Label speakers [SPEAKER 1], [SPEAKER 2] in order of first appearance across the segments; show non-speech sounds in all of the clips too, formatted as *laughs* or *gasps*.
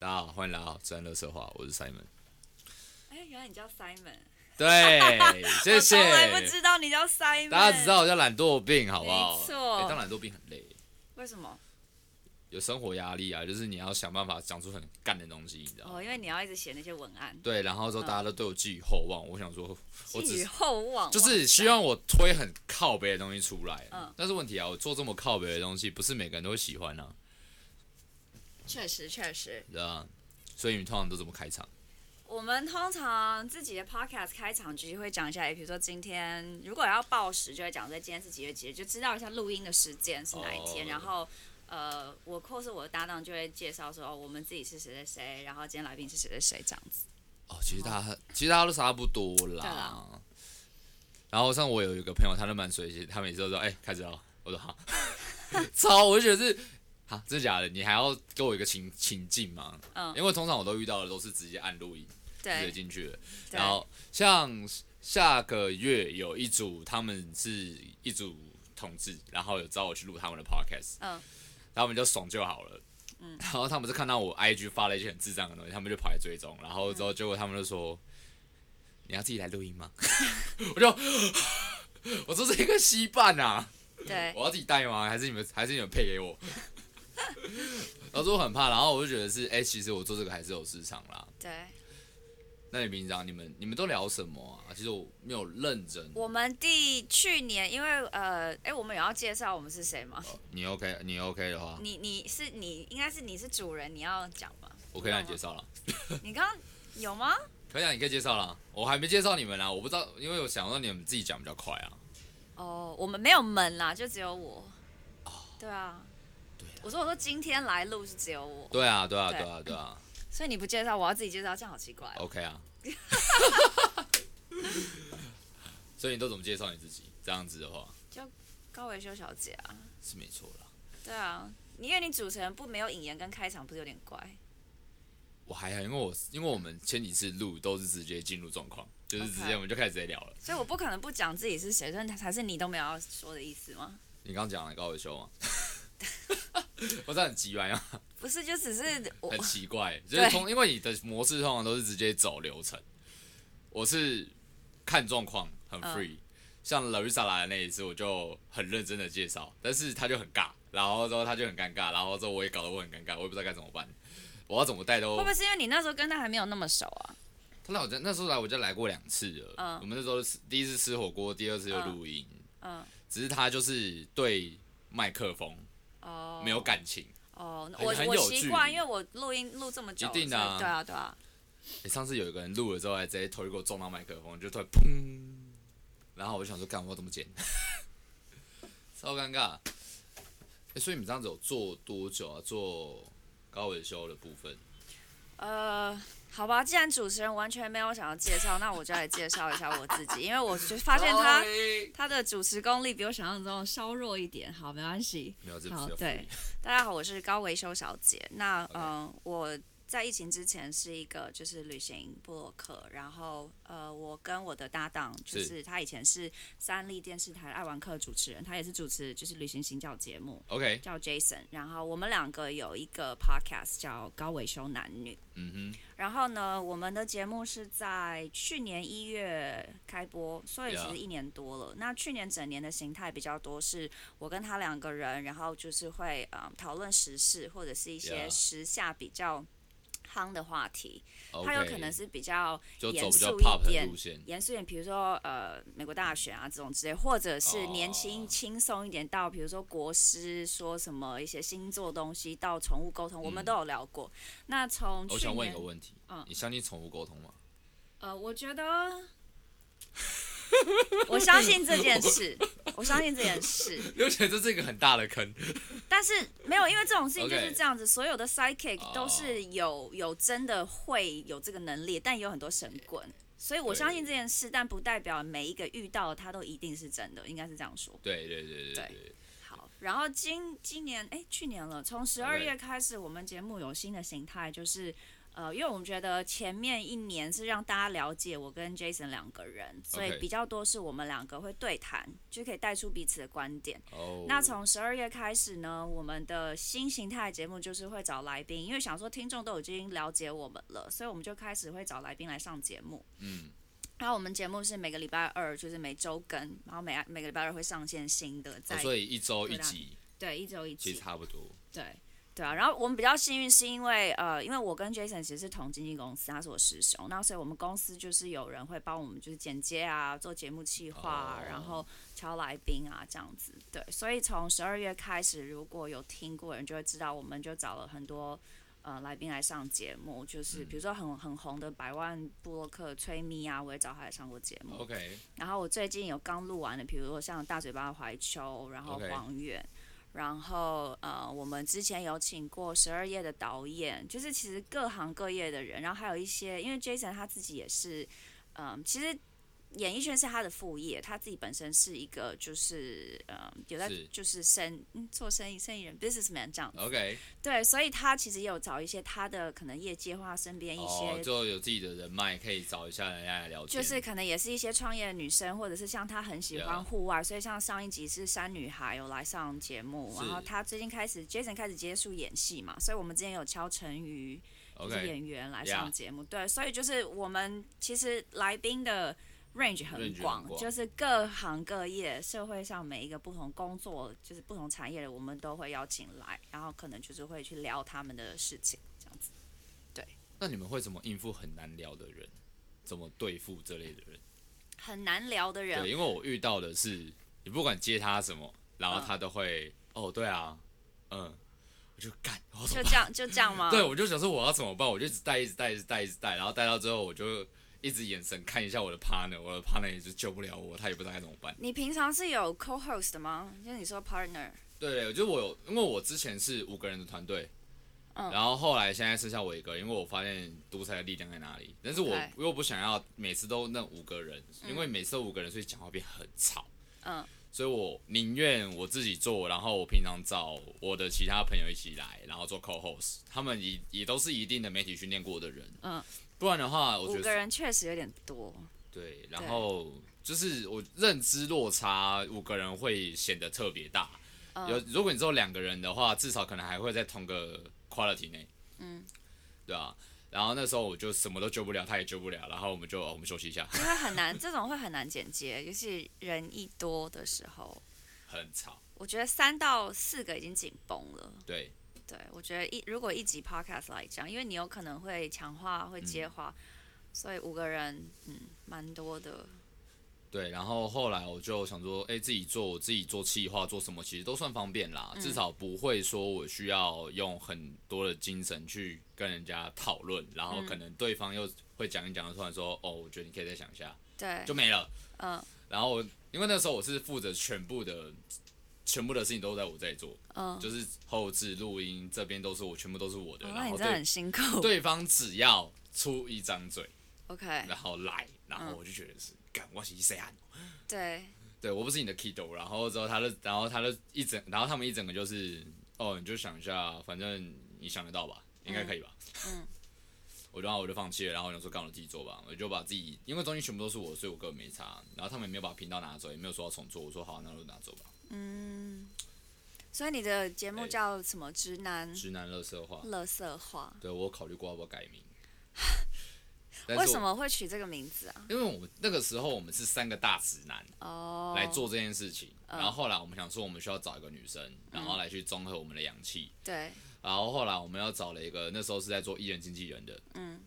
[SPEAKER 1] 欢迎来到自然乐色话，我是 Simon。
[SPEAKER 2] 哎，原来你叫 Simon，
[SPEAKER 1] 对，谢
[SPEAKER 2] *laughs* 我从来
[SPEAKER 1] 谢
[SPEAKER 2] 不。知道你叫 Simon，
[SPEAKER 1] 大家只知道我叫懒惰病，好不好？
[SPEAKER 2] 没错
[SPEAKER 1] 哎当懒惰病很累，
[SPEAKER 2] 为什么？
[SPEAKER 1] 有生活压力啊，就是你要想办法讲出很干的东西，你知道吗？
[SPEAKER 2] 哦，因为你要一直写那些文案，
[SPEAKER 1] 对，然后之后大家都对我寄予厚望，我想说，我只
[SPEAKER 2] 寄予
[SPEAKER 1] 是
[SPEAKER 2] 厚望，
[SPEAKER 1] 就是希望我推很靠北的东西出来。
[SPEAKER 2] 嗯
[SPEAKER 1] 但是问题啊，我做这么靠北的东西，不是每个人都会喜欢啊，
[SPEAKER 2] 哇确实确实，
[SPEAKER 1] 你知道吗？所以你们通常都怎么开场？
[SPEAKER 2] 我们通常自己的 podcast 开场就是会讲一下，比如说今天如果要报时，就会讲说今天是几月几日，就知道一下录音的时间是哪一天，
[SPEAKER 1] 哦
[SPEAKER 2] 然后。呃，我或是我的搭档就会介绍说，哦，我们自己是谁谁谁，然后今天来宾是谁谁谁这样子。
[SPEAKER 1] 哦，其实大家其实大家都差不多啦。
[SPEAKER 2] 对啦
[SPEAKER 1] 然后像我有一个朋友，他都蛮随性，他每次都说：“哎、开始了。”我 *laughs* 说：“好。”超，我就觉得是啊，真的假的？你还要给我一个情情境吗？
[SPEAKER 2] 嗯
[SPEAKER 1] 因为通常我都遇到的都是直接按录音直接
[SPEAKER 2] 对，
[SPEAKER 1] 进去的。
[SPEAKER 2] 对
[SPEAKER 1] 然后像下个月有一组，他们是一组同志，然后有找我去录他们的 podcast，
[SPEAKER 2] 嗯，
[SPEAKER 1] 然后我们就怂就好了。嗯，然后他们是看到我 IG 发了一些很智障的东西，他们就跑来追踪，然后之后结果他们就说：“你要自己来录音吗？” *laughs* 我就 *gasps* 我说这个稀饭啊，
[SPEAKER 2] 对，
[SPEAKER 1] 我要自己带吗？还是你们还是你们配给我？ *laughs* 然后说我很怕，然后我就觉得是，哎、其实我做这个还是有市场啦。
[SPEAKER 2] 对。
[SPEAKER 1] 那你平常你们你们都聊什么啊？其实我没有认真。
[SPEAKER 2] 我们第去年，因为呃，哎，我们有要介绍我们是谁吗？
[SPEAKER 1] 你 OK，你 OK 的话，
[SPEAKER 2] 你你是你应该是你是主人，你要讲 *laughs* 吗？
[SPEAKER 1] 我可以让你介绍了。
[SPEAKER 2] 你刚刚有吗？
[SPEAKER 1] 可以啊，你可以介绍了。我还没介绍你们啊啦，我不知道，因为我想让你们自己讲比较快啊。
[SPEAKER 2] 哦，我们没有门啦，就只有我。对啊。
[SPEAKER 1] 对啦
[SPEAKER 2] 我说我说今天来录是只有我，
[SPEAKER 1] 对啊，对啊，
[SPEAKER 2] 对
[SPEAKER 1] 对啊，对啊
[SPEAKER 2] 所以你不介绍，我要自己介绍，这样好奇怪哦、
[SPEAKER 1] ，OK 啊。所以你都怎么介绍你自己？这样子的话
[SPEAKER 2] 高维修小姐啊，
[SPEAKER 1] 是没错啦。
[SPEAKER 2] 对啊，因为你主持人不没有引言跟开场，不是有点怪？
[SPEAKER 1] 我还好，因为我因为我们前几次录都是直接进入状况，就是直接
[SPEAKER 2] OK
[SPEAKER 1] 我们就开始直接聊了。
[SPEAKER 2] 所以我不可能不讲自己是谁，所以还是你都没有要说的意思吗？
[SPEAKER 1] 你刚刚讲了高伟修吗？ *laughs* 我这很急歪啊，
[SPEAKER 2] 不是，就只是哎我
[SPEAKER 1] 很奇怪，就是通因为你的模式通常都是直接走流程，我是看状况很
[SPEAKER 2] 嗯
[SPEAKER 1] free，、像 Larissa 来的那一次我就很认真的介绍，但是他就很尬，然后之后他就很尴尬，然后之后我也搞得我很尴尬，我也不知道该怎么办，我要怎么带都
[SPEAKER 2] 会不会是因为你那时候跟他还没有那么熟啊？
[SPEAKER 1] 他来我家那时候来我家来过两次了，
[SPEAKER 2] 嗯
[SPEAKER 1] 我们那时候是第一次吃火锅，第二次又录音，
[SPEAKER 2] 嗯，
[SPEAKER 1] 只是他就是对麦克风
[SPEAKER 2] 哦，
[SPEAKER 1] 没有感情。
[SPEAKER 2] 哦，
[SPEAKER 1] 很
[SPEAKER 2] 我
[SPEAKER 1] 很
[SPEAKER 2] 我
[SPEAKER 1] 有
[SPEAKER 2] 习
[SPEAKER 1] 距
[SPEAKER 2] 惯，
[SPEAKER 1] 离
[SPEAKER 2] 因为我录音录这么久了，
[SPEAKER 1] 一定的啊
[SPEAKER 2] 所以对啊对啊，
[SPEAKER 1] 欸上次有一个人录了之后，还直接头一个撞到麦克风，就突然砰，然后我就想说，干我怎么剪， *laughs* 超尴尬。欸所以你们这样子有做多久啊？做高维修的部分，
[SPEAKER 2] 呃，好吧，既然主持人完全没有想要介绍，那我就来介绍一下我自己，因为我就发现他
[SPEAKER 1] Sorry
[SPEAKER 2] 他的主持功力比我想象中稍弱一点。好，没关系。
[SPEAKER 1] 没有，这不
[SPEAKER 2] 好
[SPEAKER 1] 是，
[SPEAKER 2] 对，大家好，我是高维修小姐。那
[SPEAKER 1] OK
[SPEAKER 2] 嗯、呃我在疫情之前是一个就是旅行部落客，然后呃，我跟我的搭档就是是他以前是三立电视台爱玩客主持人，他也是主持就是旅行行脚节目。
[SPEAKER 1] OK，
[SPEAKER 2] 叫 Jason，然后我们两个有一个 podcast 叫《高维修男女》，
[SPEAKER 1] 嗯
[SPEAKER 2] 然后呢，我们的节目是在去年一月开播，所以其
[SPEAKER 1] Yeah
[SPEAKER 2] 实一年多了。那去年整年的形态比较多是我跟他两个人，然后就是会嗯讨论时事或者是一些
[SPEAKER 1] Yeah
[SPEAKER 2] 时下比较夯的话题。
[SPEAKER 1] 哼，
[SPEAKER 2] 它有
[SPEAKER 1] OK，
[SPEAKER 2] 可能是比较
[SPEAKER 1] 就走
[SPEAKER 2] 严
[SPEAKER 1] 比较
[SPEAKER 2] 肃
[SPEAKER 1] pop
[SPEAKER 2] 一
[SPEAKER 1] 的
[SPEAKER 2] 点
[SPEAKER 1] 路线，
[SPEAKER 2] 严肃一点，比如说呃美国大选啊这种之类，或者是年
[SPEAKER 1] 哦
[SPEAKER 2] 轻轻松一点到，比如说国师说什么一些星座东西到宠物沟通，我
[SPEAKER 1] 嗯
[SPEAKER 2] 们都有聊过。那从
[SPEAKER 1] 我
[SPEAKER 2] 去
[SPEAKER 1] 想问一
[SPEAKER 2] 年
[SPEAKER 1] 个问题，
[SPEAKER 2] 嗯
[SPEAKER 1] 你相信宠物沟通吗？ *laughs*
[SPEAKER 2] 呃，我觉得 *laughs* 我相信这件事，我相信这件事。
[SPEAKER 1] 因为觉得这是一个很大的坑，
[SPEAKER 2] 但是没有，因为这种事情就
[SPEAKER 1] OK
[SPEAKER 2] 是这样子所有的 psychic
[SPEAKER 1] 哦
[SPEAKER 2] 都是有、有真的会有这个能力，但也有很多神棍，所以我
[SPEAKER 1] 对
[SPEAKER 2] 相信这件事，但不代表每一个遇到的他都一定是真的，应该是这样说。
[SPEAKER 1] 对对对对
[SPEAKER 2] 对
[SPEAKER 1] 对。
[SPEAKER 2] 好，然后今今年哎，去年了，从十二月开始，我们节目有新的形态，就是呃，因为我们觉得前面一年是让大家了解我跟 Jason 两个人，所以
[SPEAKER 1] OK
[SPEAKER 2] 比较多是我们两个会对谈，就可以带出彼此的观点。
[SPEAKER 1] 哦，
[SPEAKER 2] 那从十二月开始呢，我们的新形态节目就是会找来宾，因为想说听众都已经了解我们了，所以我们就开始会找来宾来上节目。
[SPEAKER 1] 嗯，
[SPEAKER 2] 然后我们节目是每个礼拜二，就是每周更，然后每每个礼拜二会上线新的，在、
[SPEAKER 1] 哦所以一周一
[SPEAKER 2] 对啦
[SPEAKER 1] 集
[SPEAKER 2] 对一周一
[SPEAKER 1] 其
[SPEAKER 2] 期
[SPEAKER 1] 实。差不多。
[SPEAKER 2] 对对啊，然后我们比较幸运是因为呃，因为我跟 Jason 其实是同经纪公司，他是我师兄，那所以我们公司就是有人会帮我们就是剪接啊，做节目企划啊，
[SPEAKER 1] 哦
[SPEAKER 2] 然后挑来宾啊这样子。对，所以从十二月开始，如果有听过的人就会知道，我们就找了很多。呃，来宾来上节目，就是比如说很很红的百万布洛克崔咪啊，我也找他来上过节目。
[SPEAKER 1] OK，
[SPEAKER 2] 然后我最近有刚录完的，比如说像大嘴巴的怀秋，然后
[SPEAKER 1] OK
[SPEAKER 2] 黄远然后呃，我们之前有请过十二夜的导演，就是其实各行各业的人，然后还有一些，因为 Jason 他自己也是，嗯、其实演艺圈是他的副业，他自己本身是一个就是嗯、有在
[SPEAKER 1] 是
[SPEAKER 2] 就是生、嗯、做生意生意人 businessman 这样子，
[SPEAKER 1] OK，
[SPEAKER 2] 对，所以他其实也有找一些他的可能业界或他身边一些
[SPEAKER 1] 哦，就有自己的人脉，可以找一下人家来聊天。
[SPEAKER 2] 就是可能也是一些创业的女生，或者是像她很喜欢
[SPEAKER 1] Yeah
[SPEAKER 2] 户外所以像上一集是山女孩有来上节目，
[SPEAKER 1] 是
[SPEAKER 2] 然后她最近开始 Jason 开始接触演戏嘛，所以我们之前有敲成瑜就是
[SPEAKER 1] OK，
[SPEAKER 2] 演员来
[SPEAKER 1] Yeah
[SPEAKER 2] 上节目对，所以就是我们其实来宾的 range 很
[SPEAKER 1] Range 很
[SPEAKER 2] 广，
[SPEAKER 1] 广
[SPEAKER 2] 就是各行各业、社会上每一个不同工作，就是不同产业的，我们都会邀请来，然后可能就是会去聊他们的事情这样子。
[SPEAKER 1] 那你们会怎么应付很难聊的人？怎么对付这类的人？
[SPEAKER 2] 很难聊的人
[SPEAKER 1] 对，因为我遇到的是，你不管接他什么，然后
[SPEAKER 2] 嗯
[SPEAKER 1] 他都会，哦，对啊，嗯，我就干，我要怎
[SPEAKER 2] 就
[SPEAKER 1] 么
[SPEAKER 2] 这
[SPEAKER 1] 办？
[SPEAKER 2] 样就这样吗？
[SPEAKER 1] 对，我就想说我要怎么办，我就一直带，一直带，一直带，一直带，然后带到最后，我就一直眼神看一下我的 partner，我的 partner 也就救不了我，他也不知道该怎么办。
[SPEAKER 2] 你平常是有 co-host 的吗？就是你说 partner，
[SPEAKER 1] 对对，就是我有，因为我之前是五个人的团队，
[SPEAKER 2] 嗯
[SPEAKER 1] 然后后来现在剩下我一个，因为我发现独裁的力量在哪里。但是我
[SPEAKER 2] OK
[SPEAKER 1] 又不想要每次都那五个人，因为每次都五个人，所以讲话变很吵。
[SPEAKER 2] 嗯，
[SPEAKER 1] 所以我宁愿我自己做，然后我平常找我的其他朋友一起来，然后做 co-host，他们也也都是一定的媒体训练过的人。
[SPEAKER 2] 嗯，
[SPEAKER 1] 不然的话，我
[SPEAKER 2] 五
[SPEAKER 1] 觉
[SPEAKER 2] 个
[SPEAKER 1] 得
[SPEAKER 2] 人确实有点多。 *laughs*
[SPEAKER 1] 对，然后就是我认知落差，五个人会显得特别大。
[SPEAKER 2] 嗯
[SPEAKER 1] 有，如果你只有两个人的话，至少可能还会在同个 quality 内。
[SPEAKER 2] 嗯，
[SPEAKER 1] 对啊。然后那时候我就什么都救不了，他也救不了，然后我们就、哦我们休息一下， *laughs*
[SPEAKER 2] 因为很难，这种会很难剪接，尤其人一多的时候，
[SPEAKER 1] 很吵。
[SPEAKER 2] 我觉得三到四个已经紧绷了。
[SPEAKER 1] 对，
[SPEAKER 2] 对，我觉得一如果一集 podcast 来讲，因为你有可能会强化、会接话，所以五个人，嗯，蛮多的。
[SPEAKER 1] 对，然后后来我就想说，哎，自己做，我自己做企划，做什么其实都算方便啦，
[SPEAKER 2] 嗯
[SPEAKER 1] 至少不会说我需要用很多的精神去跟人家讨论，然后
[SPEAKER 2] 嗯
[SPEAKER 1] 可能对方又会讲一讲，突然说，哦，我觉得你可以再想一下，
[SPEAKER 2] 对
[SPEAKER 1] 就，没了。
[SPEAKER 2] 嗯
[SPEAKER 1] 然后我因为那时候我是负责全部的，全部的事情都在我在做，
[SPEAKER 2] 嗯，
[SPEAKER 1] 就是后置录音这边都是我，全部都是我的。
[SPEAKER 2] 哦那
[SPEAKER 1] 然
[SPEAKER 2] 你
[SPEAKER 1] 后
[SPEAKER 2] 真的
[SPEAKER 1] 对
[SPEAKER 2] 很辛苦。
[SPEAKER 1] 对方只要出一张嘴，
[SPEAKER 2] OK，
[SPEAKER 1] 然后来，然
[SPEAKER 2] 嗯
[SPEAKER 1] 后我就觉得是干，我是谁啊？
[SPEAKER 2] 对，
[SPEAKER 1] 对我不是你的 kiddo，然后之后他就，然后他就一整，然后他们一整个就是，哦，你就想一下，反正你想得到吧，应该可以吧。
[SPEAKER 2] 嗯
[SPEAKER 1] *laughs* 我就然后我就放弃了，然后我就说干我自己做吧，我就把自己，因为东西全部都是我，所以我根本没差。然后他们也没有把频道拿走，也没有说要重做，我说好，那就拿走吧。
[SPEAKER 2] 嗯，所以你的节目
[SPEAKER 1] 哎
[SPEAKER 2] 叫什么？直男
[SPEAKER 1] 直男乐色话，
[SPEAKER 2] 乐色话。
[SPEAKER 1] 对我有考虑过要不要改
[SPEAKER 2] *laughs*
[SPEAKER 1] 名。但是
[SPEAKER 2] 为
[SPEAKER 1] 我
[SPEAKER 2] 什？么会取这个名字啊？
[SPEAKER 1] 因为我们那个时候我们是三个大直男
[SPEAKER 2] 哦，嗯
[SPEAKER 1] 来做这件事情，然后后来我们想说我们需要找一个女生，然后来去综合我们的阳气，
[SPEAKER 2] 对，
[SPEAKER 1] 然后后来我们要找了一个那时候是在做艺人经纪人的，
[SPEAKER 2] 嗯，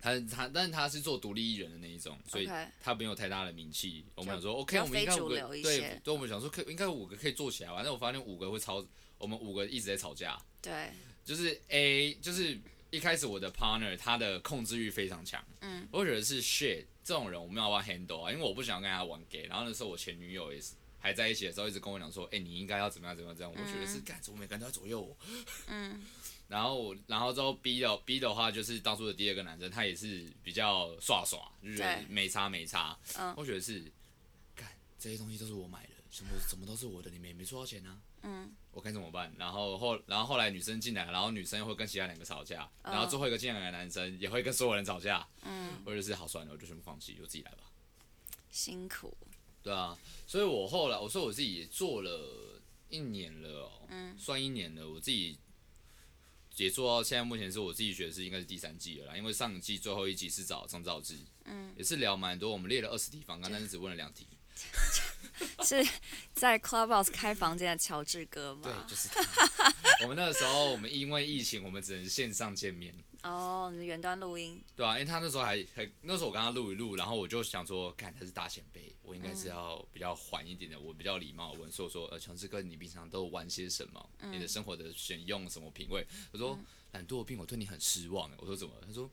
[SPEAKER 1] 他他但是他是做独立艺人的那一种，所以
[SPEAKER 2] OK
[SPEAKER 1] 他没有太大的名气。我们想说
[SPEAKER 2] 比
[SPEAKER 1] OK，
[SPEAKER 2] 较
[SPEAKER 1] 我们应该五
[SPEAKER 2] 非
[SPEAKER 1] 个
[SPEAKER 2] 主流一些
[SPEAKER 1] 对对，我们想说可应该有五个可以做起来吧，但我发现五个会吵，我们五个一直在吵架，
[SPEAKER 2] 对，
[SPEAKER 1] 就是 A 就是一开始我的 partner 他的控制欲非常强，
[SPEAKER 2] 嗯，
[SPEAKER 1] 我觉得是 shit 这种人我没有办法 handle 啊，因为我不想跟他玩 gay。然后那时候我前女友也是还在一起的时候，一直跟我讲说，哎、你应该要怎么样怎么样怎么样。我觉得是干，怎么每个人都要左右我？
[SPEAKER 2] 嗯，
[SPEAKER 1] 然后我然后之后 B 的 B 的话就是当初的第二个男生，他也是比较耍耍，就觉得
[SPEAKER 2] 对
[SPEAKER 1] 没差没差。
[SPEAKER 2] 嗯
[SPEAKER 1] 我觉得是干这些东西都是我买的，什么怎么都是我的，你们也没出到钱啊。嗯，我该怎么办？然后后然后后来女生进来，然后女生会跟其他两个吵架，然后最后一个进来的男生也会跟所有人吵架。嗯，我就是好算了，我就全部放弃，就自己来吧。
[SPEAKER 2] 辛
[SPEAKER 1] *laughs*
[SPEAKER 2] 苦，
[SPEAKER 1] 对啊，所以我后来我说我自己也做了一年了哦，算一年了，我自己也做到现在目前是我自己觉得是应该是第三季了啦，因为上一季最后一集是找张兆志，嗯，也是聊蛮多，我们列了二十题方案，但是只问了两题，
[SPEAKER 2] 是在 Clubhouse 开房间的乔治哥
[SPEAKER 1] 对
[SPEAKER 2] 吗，
[SPEAKER 1] 就？是他。 *laughs* 我们那个时候我们因为疫情，我们只能线上见面，
[SPEAKER 2] 哦，你远端录音，
[SPEAKER 1] 对啊，因为他那时候还还那时候我跟他录一录，然后我就想说，看他是大前辈，我应该是要比较缓一点的，我比较礼貌地问，所以我说，呃，强志哥，你平常都玩些什么？你的生活的选用什么品味？我说懒惰病，我对你很失望。欸我说怎么了？他说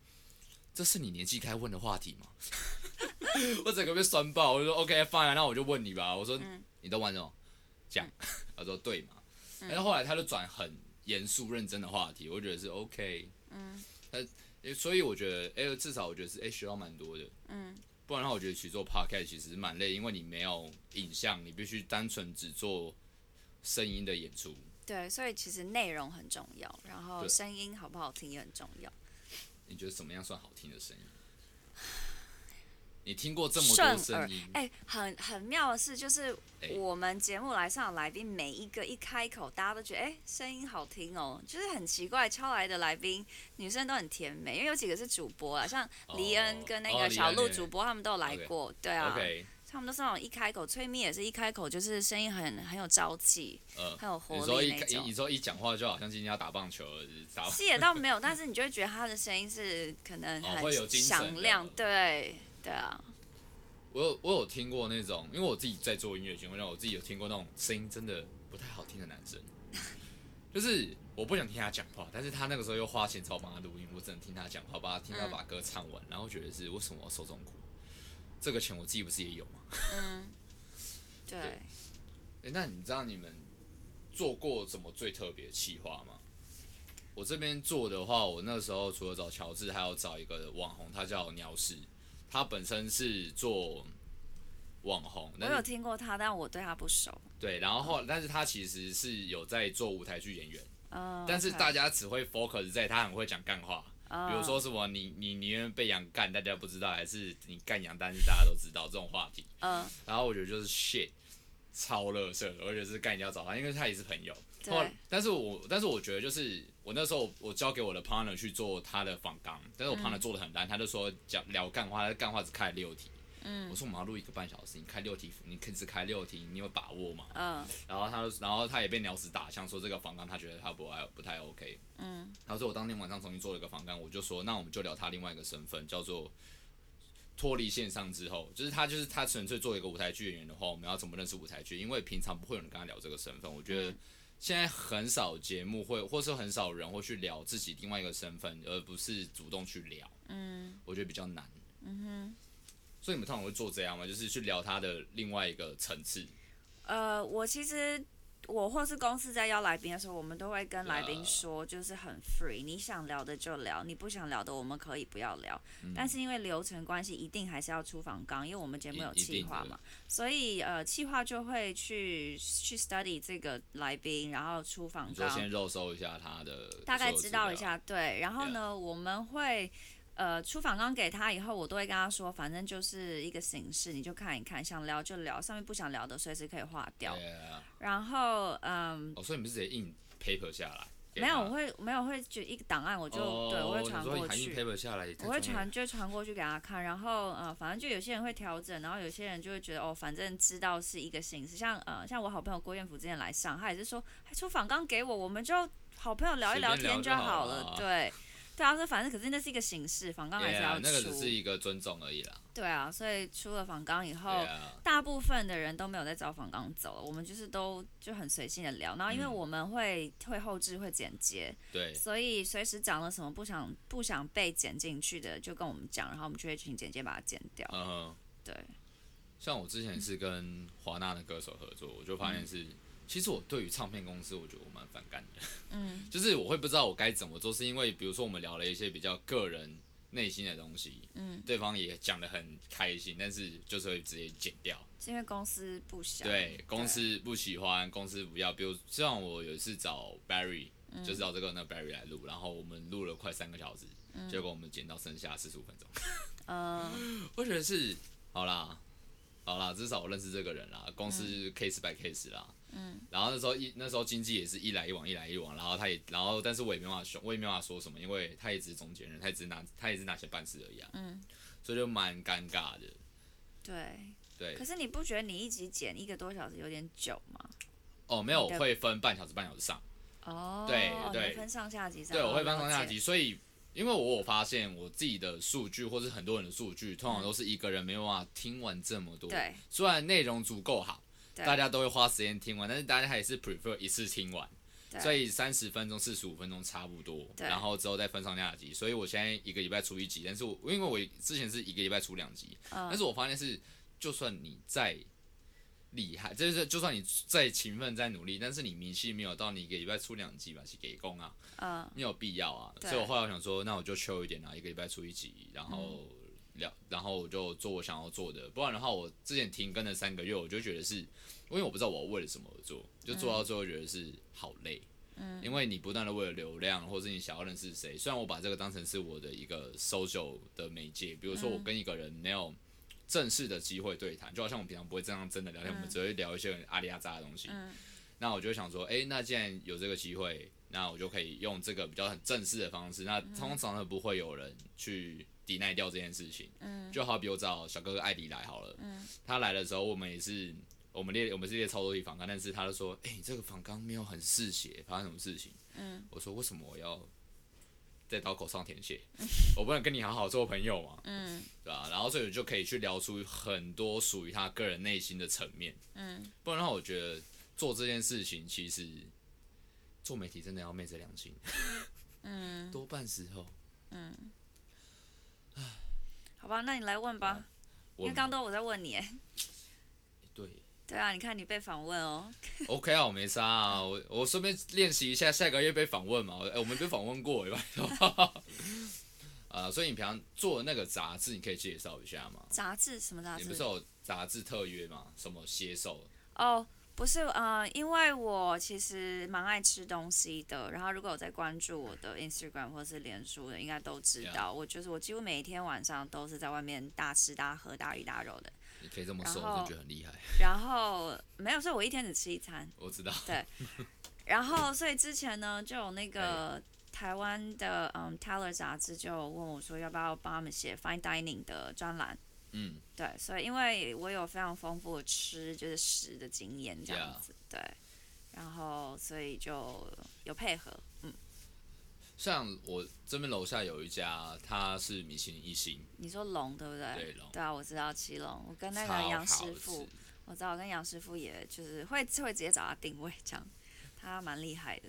[SPEAKER 1] 这是你年纪该问的话题吗？ *laughs* 我整个被酸爆，我就说 OK fine，那我就问你吧。我说、你都玩什么？这样， *laughs* 他说对嘛？但是后来他就转很严肃认真的话题，我觉得是 OK。诶所以我觉得，哎、至少我觉得是，哎、学到蛮多的。嗯，不然的话，我觉得其实做 podcast 其实蛮累，因为你没有影像，你必须单纯只做声音的演出。
[SPEAKER 2] 对，所以其实内容很重要，然后
[SPEAKER 1] 对
[SPEAKER 2] 声音好不好听也很重要，
[SPEAKER 1] 你觉得怎么样算好听的声音？你听过这么
[SPEAKER 2] 顺
[SPEAKER 1] 多
[SPEAKER 2] 耳
[SPEAKER 1] 声音。，
[SPEAKER 2] 哎、很很妙的是，就是
[SPEAKER 1] 哎
[SPEAKER 2] 我们节目来上的来宾，每一个一开口，大家都觉得哎、声音好听哦，就是很奇怪，敲来的来宾女生都很甜美，因为有几个是主播啊，像黎恩跟那
[SPEAKER 1] 哦
[SPEAKER 2] 个
[SPEAKER 1] 黎
[SPEAKER 2] 小
[SPEAKER 1] 恩
[SPEAKER 2] 鹿
[SPEAKER 1] 对
[SPEAKER 2] 主播，他们都有来
[SPEAKER 1] OK
[SPEAKER 2] 过，对啊
[SPEAKER 1] OK，
[SPEAKER 2] 他们都是那种一开口，崔咪也是一开口就是声音很很有朝气，
[SPEAKER 1] 呃，
[SPEAKER 2] 很有活
[SPEAKER 1] 你说
[SPEAKER 2] 力
[SPEAKER 1] 一
[SPEAKER 2] 那
[SPEAKER 1] 你
[SPEAKER 2] 种
[SPEAKER 1] 你。说一讲话就好像今天要打棒球了，打
[SPEAKER 2] 是也倒没有，但是你就会觉得他的声音是可
[SPEAKER 1] *laughs*
[SPEAKER 2] 能
[SPEAKER 1] 哦会有
[SPEAKER 2] 很
[SPEAKER 1] 精神
[SPEAKER 2] 响亮，对对啊，
[SPEAKER 1] 我有我有听过那种，因为我自己在做音乐节目，让我自己有听过那种声音真的不太好听的男生，就是我不想听他讲话，但是他那个时候又花钱找我帮他录音，我只能听他讲话，把他听他把歌唱完，然后觉得是为什么我要受这种苦？这个钱我自己不是也有吗？
[SPEAKER 2] 嗯，对
[SPEAKER 1] 对。诶那你知道你们做过什么最特别的企划吗？我这边做的话，我那时候除了找乔治，还有找一个网红，他叫鸟屎，他本身是做网红，
[SPEAKER 2] 我
[SPEAKER 1] 但是
[SPEAKER 2] 有听过他，但我对他不熟。
[SPEAKER 1] 对，然后后，但是他其实是有在做舞台剧演员，
[SPEAKER 2] 嗯，
[SPEAKER 1] 但是
[SPEAKER 2] OK 嗯
[SPEAKER 1] 大家只会 focus 在他很会讲干话，比如说什么你你宁愿被羊干，大家不知道，还是你干羊，但是大家都知道这种话题。
[SPEAKER 2] 嗯，
[SPEAKER 1] 然后我觉得就是 shit，超乐色，而且是干一定要找他，因为他也是朋友。
[SPEAKER 2] 对
[SPEAKER 1] 后来但是我但是我觉得就是我那时候我交给我的 partner 去做他的访纲，但是
[SPEAKER 2] 嗯
[SPEAKER 1] 我 partner 做的很烂，他就说讲聊干话，他干话只开了六题。嗯，我说我们要录一个半小时，你开六题，你可以只开六题，你有把握吗？
[SPEAKER 2] 嗯
[SPEAKER 1] 然后他就，然后他也被鸟屎打枪，说这个房纲他觉得他不爱不太 OK。
[SPEAKER 2] 嗯，
[SPEAKER 1] 他说我当天晚上重新做了一个房纲，我就说那我们就聊他另外一个身份，叫做脱离线上之后，就是他就是他纯粹做一个舞台剧演员的话，我们要怎么认识舞台剧？因为平常不会有人跟他聊这个身份，我觉得现在很少节目会，或是很少人会去聊自己另外一个身份，而不是主动去聊。
[SPEAKER 2] 嗯
[SPEAKER 1] 我觉得比较难。嗯哼。所以你们通常会做这样吗？就是去聊他的另外一个层次。
[SPEAKER 2] 呃，我其实我或是公司在邀来宾的时候，我们都会跟来宾
[SPEAKER 1] 呃
[SPEAKER 2] 说，就是很 free，你想聊的就聊，你不想聊的我们可以不要聊。
[SPEAKER 1] 嗯
[SPEAKER 2] 但是因为流程关系，一定还是要出访纲，因为我们节目
[SPEAKER 1] 一
[SPEAKER 2] 有
[SPEAKER 1] 一
[SPEAKER 2] 企
[SPEAKER 1] 定
[SPEAKER 2] 划
[SPEAKER 1] 的
[SPEAKER 2] 嘛，所以呃，企划就会去去 study 这个来宾，然后出访
[SPEAKER 1] 你说
[SPEAKER 2] 纲
[SPEAKER 1] 先，肉搜一下他的，
[SPEAKER 2] 嗯大概知道一。下，对。然后呢，我们会呃出访纲给他以后，我都会跟他说，反正就是一个形式，你就看一看，想聊就聊，上面不想聊的随时可以划掉。
[SPEAKER 1] 对啊，
[SPEAKER 2] 然后嗯，
[SPEAKER 1] 哦，所以你们是直接印 paper 下来？给
[SPEAKER 2] 没有，
[SPEAKER 1] 他
[SPEAKER 2] 我会没有会就一个档案，我就、
[SPEAKER 1] 哦
[SPEAKER 2] 对我会
[SPEAKER 1] 你
[SPEAKER 2] 传
[SPEAKER 1] 说
[SPEAKER 2] 过
[SPEAKER 1] 还印
[SPEAKER 2] 去。
[SPEAKER 1] paper 下来，
[SPEAKER 2] 我会传，就传过去给他看，然后呃，反正就有些人会调整，然后有些人就会觉得哦，反正知道是一个形式，像呃，像我好朋友郭彦甫之前来上，他也是说，还出访刚给我，我们就好朋友聊一
[SPEAKER 1] 随便
[SPEAKER 2] 天
[SPEAKER 1] 聊就
[SPEAKER 2] 好
[SPEAKER 1] 好
[SPEAKER 2] 了，
[SPEAKER 1] 了
[SPEAKER 2] 对，对啊，说反正可是那是一个形式，访刚还是
[SPEAKER 1] yeah,
[SPEAKER 2] 要出
[SPEAKER 1] 那个只是一个尊重而已啦。
[SPEAKER 2] 对啊，所以出了访刚以后
[SPEAKER 1] 对啊，
[SPEAKER 2] 大部分的人都没有在找访刚走了，我们就是都就很随性的聊，然后因为
[SPEAKER 1] 嗯
[SPEAKER 2] 我们会、会后置会剪接，
[SPEAKER 1] 对，
[SPEAKER 2] 所以随时讲了什么不想不想被剪进去的，就跟我们讲，然后我们就会请剪接把它剪掉。
[SPEAKER 1] 嗯哼，
[SPEAKER 2] *laughs* 对，
[SPEAKER 1] 像我之前是跟华纳的歌手合作，我就发
[SPEAKER 2] 嗯
[SPEAKER 1] 现是，其实我对于唱片公司，我觉得我蛮反感的。
[SPEAKER 2] 嗯，
[SPEAKER 1] *laughs* 就是我会不知道我该怎么做，是因为比如说我们聊了一些比较个人内心的东西，
[SPEAKER 2] 嗯，
[SPEAKER 1] 对方也讲得很开心，但是就是会直接剪掉。
[SPEAKER 2] 是因为公司不小，
[SPEAKER 1] 对，
[SPEAKER 2] 啊
[SPEAKER 1] 公司不喜欢，公司不要。比如像我有一次找 Barry，、就是
[SPEAKER 2] 嗯
[SPEAKER 1] 找这个那个 Barry 来录，然后我们录了快三个小时，
[SPEAKER 2] 嗯
[SPEAKER 1] 结果我们剪到剩下四十五分钟。 *laughs*
[SPEAKER 2] 呃，
[SPEAKER 1] 我觉得是好啦，好啦，至少我认识这个人啦，公司 case by case 啦。
[SPEAKER 2] 嗯，
[SPEAKER 1] 然后那时候一那时候经济也是一来一往，一来一往，然后他也然后但是我也没办法凶，我也没办法说什么，因为他也只是中间人，他也只是拿他也只是拿钱办事而已啊，
[SPEAKER 2] 嗯，
[SPEAKER 1] 所以就蛮尴尬的。
[SPEAKER 2] 对。
[SPEAKER 1] 对
[SPEAKER 2] 可，是你不觉得你一集剪一个多小时有点久吗？
[SPEAKER 1] 哦，没有，
[SPEAKER 2] 你的
[SPEAKER 1] 我会分半小时半小时上，
[SPEAKER 2] 哦，
[SPEAKER 1] 对
[SPEAKER 2] 你
[SPEAKER 1] 对
[SPEAKER 2] 会分上下集，
[SPEAKER 1] 对，我会分
[SPEAKER 2] 哦
[SPEAKER 1] 上下。
[SPEAKER 2] 了
[SPEAKER 1] 集，
[SPEAKER 2] 解
[SPEAKER 1] 所以因为我有发现我自己的数据，或是很多人的数据，通常都是一个人没有办法听完这么多，
[SPEAKER 2] 嗯对，
[SPEAKER 1] 虽然内容足够好，
[SPEAKER 2] 对
[SPEAKER 1] 大家都会花时间听完，但是大家还是 prefer 一次听完，
[SPEAKER 2] 对
[SPEAKER 1] 所以三十分钟、四十五分钟差不多，
[SPEAKER 2] 对
[SPEAKER 1] 然后之后再分上下集。所以我现在一个礼拜出一集，但是我因为我之前是一个礼拜出两集，
[SPEAKER 2] 嗯
[SPEAKER 1] 但是我发现是，就算你再厉害，就是就算你再勤奋、再努力，但是你名气没有到你一个礼拜出两集吧，是给工啊，
[SPEAKER 2] 嗯，
[SPEAKER 1] 没有必要啊。
[SPEAKER 2] 对
[SPEAKER 1] 所以我后来我想说，那我就 chill 一点啊，一个礼拜出一集，然
[SPEAKER 2] 嗯
[SPEAKER 1] 后聊，然后我就做我想要做的。不然的话，我之前停更了三个月，我就觉得是，因为我不知道我为了什么而做，就做到最后觉得是好累。
[SPEAKER 2] 嗯，
[SPEAKER 1] 因为你不断的为了流量，或是你想要认识谁，虽然我把这个当成是我的一个 social 的媒介，比如说我
[SPEAKER 2] 嗯
[SPEAKER 1] 跟一个人没有正式的机会对谈，就好像我们平常不会这样真的聊天，我们只会聊一些很阿里阿扎的东西。
[SPEAKER 2] 嗯
[SPEAKER 1] 那我就想说，诶，那既然有这个机会，那我就可以用这个比较很正式的方式。那通常呢不会有人去抵赖掉这件事情。
[SPEAKER 2] 嗯，
[SPEAKER 1] 就好比我找小哥哥艾迪来好了，他来的时候我们也是。我们列我们是列超多题仿纲，但是他就说：“诶，你这个仿纲没有很嗜血，发生什么事情？”
[SPEAKER 2] 嗯，
[SPEAKER 1] 我说：“为什么我要在刀口上填写？ *laughs* 我不能跟你好好做朋友嘛，
[SPEAKER 2] 嗯
[SPEAKER 1] 对吧、然后所以我就可以去聊出很多属于他个人内心的层面。
[SPEAKER 2] 嗯，
[SPEAKER 1] 不然的话，我觉得做这件事情，其实做媒体真的要昧着良心，
[SPEAKER 2] 嗯，
[SPEAKER 1] 多半时候
[SPEAKER 2] 好吧，那你来问吧，因
[SPEAKER 1] 我
[SPEAKER 2] 为刚刚都我在问你，哎
[SPEAKER 1] 对
[SPEAKER 2] 对啊，你看你被访问哦，
[SPEAKER 1] OK 啊，我没杀啊，我我顺便练习一下，下个月被访问嘛，我哎、我们被访问过，拜托。 *laughs* 啊，所以你平常做的那个杂志，你可以介绍一下吗？
[SPEAKER 2] 杂志什么杂
[SPEAKER 1] 你
[SPEAKER 2] 志
[SPEAKER 1] 不？是有杂志特约吗？什么写手？
[SPEAKER 2] 哦，不是，呃，因为我其实蛮爱吃东西的，然后如果有在关注我的 Instagram 或是脸书的，应该都知
[SPEAKER 1] Yeah
[SPEAKER 2] 道，我就是我几乎每一天晚上都是在外面大吃大喝、大鱼大肉的，
[SPEAKER 1] 你可以这么说，
[SPEAKER 2] 然后
[SPEAKER 1] 我真的觉得很厉害。
[SPEAKER 2] 然后没有，所以我一天只吃一餐。
[SPEAKER 1] 我知道，
[SPEAKER 2] 然后，所以之前呢，就有那个台湾的嗯《Teller》杂志就有问我说，要不要帮他们写 Fine Dining 的专栏。
[SPEAKER 1] 嗯，
[SPEAKER 2] 对，所以因为我有非常丰富的吃就是食的经验这样
[SPEAKER 1] Yeah
[SPEAKER 2] 子对，然后所以就有配合，嗯，
[SPEAKER 1] 像我这边楼下有一家，它是米其林一星，
[SPEAKER 2] 你说龙对不对？
[SPEAKER 1] 对龙
[SPEAKER 2] 啊，我知道七龙，我跟那
[SPEAKER 1] 超
[SPEAKER 2] 个杨
[SPEAKER 1] 好
[SPEAKER 2] 师
[SPEAKER 1] 吃。
[SPEAKER 2] 傅，我知道我跟杨师傅也就是会会直接找他定位这样，他蛮厉害的，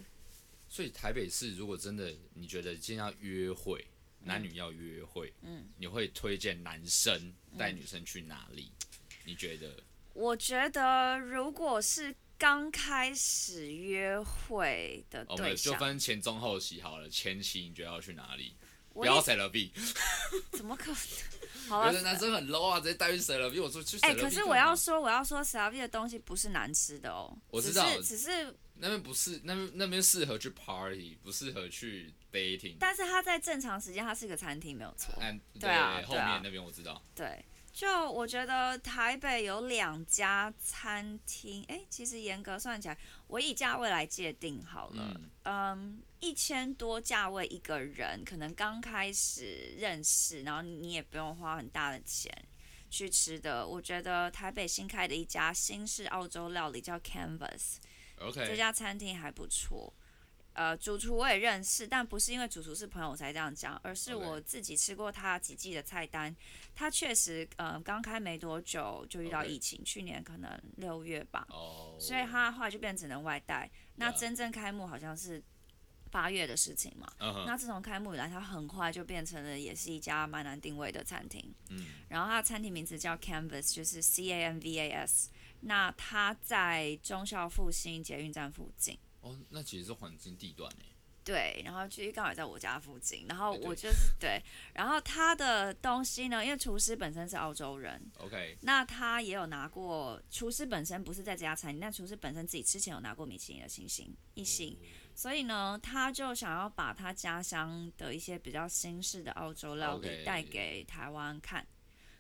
[SPEAKER 1] 所以台北市，如果真的你觉得今天要约会，男女要约会，
[SPEAKER 2] 嗯，
[SPEAKER 1] 你会推荐男生带女生去哪里？你觉得？
[SPEAKER 2] 我觉得如果是刚开始约会的
[SPEAKER 1] 哦我们
[SPEAKER 2] 对
[SPEAKER 1] 就
[SPEAKER 2] 象，
[SPEAKER 1] 分前中后期好了。前期你觉得要去哪里？
[SPEAKER 2] 我
[SPEAKER 1] 不
[SPEAKER 2] 也
[SPEAKER 1] 要 C 了 B，
[SPEAKER 2] 怎么可能？ *laughs* 好
[SPEAKER 1] 有
[SPEAKER 2] 了
[SPEAKER 1] 的，男生很 low 啊，直接带去 C 了 B。我说去 C
[SPEAKER 2] 哎、
[SPEAKER 1] 了 B，
[SPEAKER 2] 可是我要说，我要说 s a v i 的东西不是难吃的哦，
[SPEAKER 1] 我
[SPEAKER 2] 只
[SPEAKER 1] 知道
[SPEAKER 2] 是只是，
[SPEAKER 1] 那边不是那边那边适合去 party，不适合去 dating。
[SPEAKER 2] 但是它在正常时间，它是个餐厅，没有错。
[SPEAKER 1] 嗯，
[SPEAKER 2] 对啊
[SPEAKER 1] 后
[SPEAKER 2] 对啊
[SPEAKER 1] 面那边我知道。
[SPEAKER 2] 对，就我觉得台北有两家餐厅，哎、其实严格算起来，我以价位来界定好了，嗯，一千多价位一个人，可能刚开始认识，然后你也不用花很大的钱。去吃的，我觉得台北新开的一家新式澳洲料理叫 Canvas，这
[SPEAKER 1] OK，
[SPEAKER 2] 家餐厅还不错。呃，主厨我也认识，但不是因为主厨是朋友我才这样讲，而是
[SPEAKER 1] OK
[SPEAKER 2] 我自己吃过他几季的菜单。他确实，呃，刚开没多久就遇到
[SPEAKER 1] OK
[SPEAKER 2] 疫情去年可能六月吧，
[SPEAKER 1] 哦，
[SPEAKER 2] 所以他后来就变成只能外带。那
[SPEAKER 1] Yeah
[SPEAKER 2] 真正开幕好像是八月的事情嘛。
[SPEAKER 1] 嗯哼，
[SPEAKER 2] 那自从开幕以来，它很快就变成了也是一家蛮难定位的餐厅。
[SPEAKER 1] 嗯，
[SPEAKER 2] 然后它的餐厅名字叫 Canvas，就是 C A N V A S。那它在忠孝复兴捷运站附近。
[SPEAKER 1] 哦，那其实是环境地段诶。
[SPEAKER 2] 对，然后居玉刚好也在我家附近，然后我就是对，然后他的东西呢，因为厨师本身是澳洲人，
[SPEAKER 1] OK，
[SPEAKER 2] 那他也有拿过，厨师本身不是在这家餐厅，但厨师本身自己之前有拿过米其林的星星一星，
[SPEAKER 1] 嗯
[SPEAKER 2] 所以呢，他就想要把他家乡的一些比较新式的澳洲料理
[SPEAKER 1] OK
[SPEAKER 2] 带给台湾看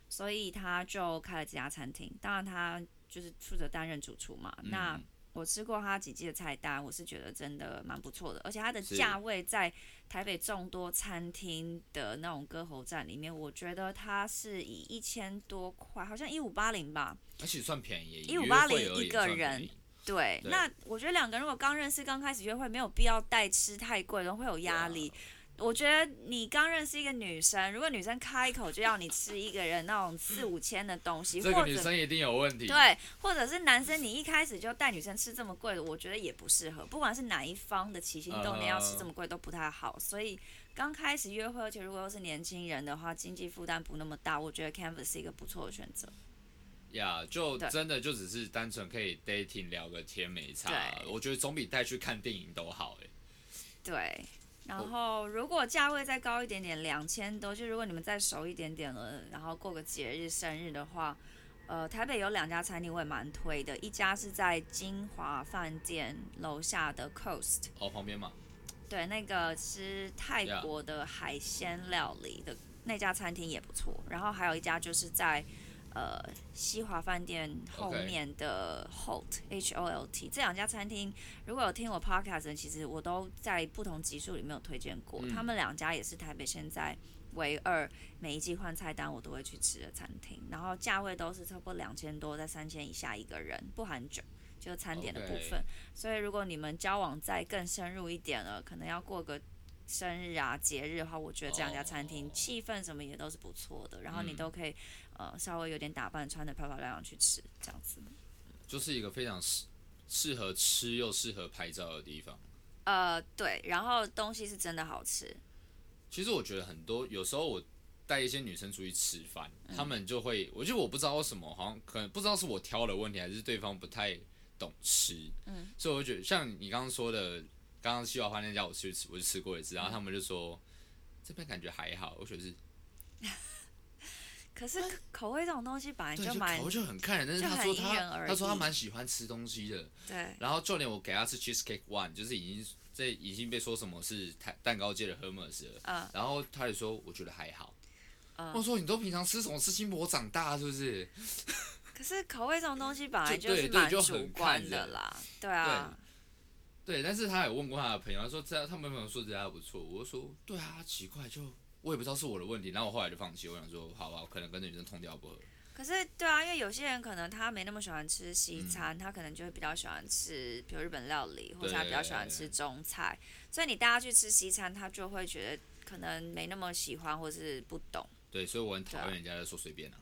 [SPEAKER 2] 所以他就开了这家餐厅。当然，他就是负责担任主厨嘛。
[SPEAKER 1] 嗯
[SPEAKER 2] 那我吃过他几季的菜单，我是觉得真的蛮不错的，而且它的
[SPEAKER 1] 是
[SPEAKER 2] 价位在台北众多餐厅的那种歌喉站里面，我觉得它是以一千多块，好像一五八零吧，
[SPEAKER 1] 而且算便宜，
[SPEAKER 2] 1580
[SPEAKER 1] 约会而已
[SPEAKER 2] 一个人
[SPEAKER 1] 算便宜
[SPEAKER 2] 对，
[SPEAKER 1] 对
[SPEAKER 2] 那我觉得两个人如果刚认识、刚开始约会，没有必要带吃太贵的，会有压力。
[SPEAKER 1] 啊
[SPEAKER 2] 我觉得你刚认识一个女生，如果女生开口就要你吃一个人那种四五千的东西，
[SPEAKER 1] 这
[SPEAKER 2] 或
[SPEAKER 1] 个女
[SPEAKER 2] 者
[SPEAKER 1] 生一定有问题，，
[SPEAKER 2] 对，或者是男生，你一开始就带女生吃这么贵的，我觉得也不适合。不管是哪一方的起心动念，要吃这么贵都不太好。所以刚开始约会，而且如果又是年轻人的话，经济负担不那么大，我觉得 Canvas 是一个不错的选择。
[SPEAKER 1] 呀就
[SPEAKER 2] 对
[SPEAKER 1] 真的就只是单纯可以 dating 聊个天没差，
[SPEAKER 2] 对
[SPEAKER 1] 我觉得总比带去看电影都好哎、
[SPEAKER 2] 对，然后如果价位再高一点点，两千多，就如果你们再熟一点点了，然后过个节日、生日的话，呃，台北有两家餐厅我也蛮推的，一家是在金华饭店楼下的 Coast，
[SPEAKER 1] 哦，旁边嘛，
[SPEAKER 2] 对，那个是泰
[SPEAKER 1] Yeah
[SPEAKER 2] 国的海鲜料理的那家餐厅也不错，然后还有一家就是在。呃，西华饭店后
[SPEAKER 1] OK
[SPEAKER 2] 面的 Holt H O L T 这两家餐厅，如果有听我 podcast 的，其实我都在不同集数里面有推荐过。
[SPEAKER 1] 嗯
[SPEAKER 2] 他们两家也是台北现在唯二每一季换菜单我都会去吃的餐厅，然后价位都是差不多两千多在三千以下一个人，不含酒，就是餐点的部
[SPEAKER 1] OK
[SPEAKER 2] 分。所以如果你们交往再更深入一点了，可能要过个生日啊、节日的话，我觉得这两家餐厅
[SPEAKER 1] 哦
[SPEAKER 2] 气氛什么也都是不错的，然后你
[SPEAKER 1] 嗯
[SPEAKER 2] 都可以、呃稍微有点打扮，穿的漂漂亮亮去吃这样子。
[SPEAKER 1] 就是一个非常适适合吃又适合拍照的地方。
[SPEAKER 2] 呃，对，然后东西是真的好吃，
[SPEAKER 1] 其实我觉得很多有时候我带一些女生出去吃饭，
[SPEAKER 2] 嗯
[SPEAKER 1] 她们就会，我就我不知道为什么，好像可能不知道是我挑的问题，还是对方不太懂吃。
[SPEAKER 2] 嗯，
[SPEAKER 1] 所以我就觉得像你刚刚说的，刚刚西华花那家我去吃，我就吃过一次，然后他们就说。这边感觉还好，我觉得是
[SPEAKER 2] 可是口口味这种东西本来
[SPEAKER 1] 哎对，
[SPEAKER 2] 啊就
[SPEAKER 1] 就
[SPEAKER 2] 蛮
[SPEAKER 1] 口味就很看人，但是
[SPEAKER 2] 就
[SPEAKER 1] 他
[SPEAKER 2] 很
[SPEAKER 1] 说
[SPEAKER 2] 因人
[SPEAKER 1] 他
[SPEAKER 2] 而
[SPEAKER 1] 他说他
[SPEAKER 2] 异
[SPEAKER 1] 蛮喜欢吃东西的，
[SPEAKER 2] 对
[SPEAKER 1] 然后就连我给他吃 cheesecake one，就是已经这已经被说什么是蛋蛋糕界的 Hermes 了，
[SPEAKER 2] 嗯
[SPEAKER 1] 然后他也说我觉得还好。
[SPEAKER 2] 嗯
[SPEAKER 1] 我说你都平常吃什么吃金箔长大是不是？
[SPEAKER 2] 可是口味这种东西本来
[SPEAKER 1] 就对
[SPEAKER 2] 是
[SPEAKER 1] 对
[SPEAKER 2] 蛮
[SPEAKER 1] 就
[SPEAKER 2] 主
[SPEAKER 1] 很
[SPEAKER 2] 观
[SPEAKER 1] 看
[SPEAKER 2] 的
[SPEAKER 1] 人
[SPEAKER 2] 啦，对啊，
[SPEAKER 1] 对，但是他也问过他的朋友，他说这他们朋友说这家不错，我就说对啊，奇怪，就我也不知道是我的问题，然后我后来就放弃，我想说好吧，我可能跟这女生通掉不合。
[SPEAKER 2] 可是对啊，因为有些人可能他没那么喜欢吃西
[SPEAKER 1] 嗯
[SPEAKER 2] 餐，他可能就会比较喜欢吃，比如日本料理，或者他比较喜欢吃中菜，所以你带他去吃西餐，他就会觉得可能没那么喜欢，或是不懂
[SPEAKER 1] 对，所以我很讨
[SPEAKER 2] 对啊
[SPEAKER 1] 厌人家在说随便啊，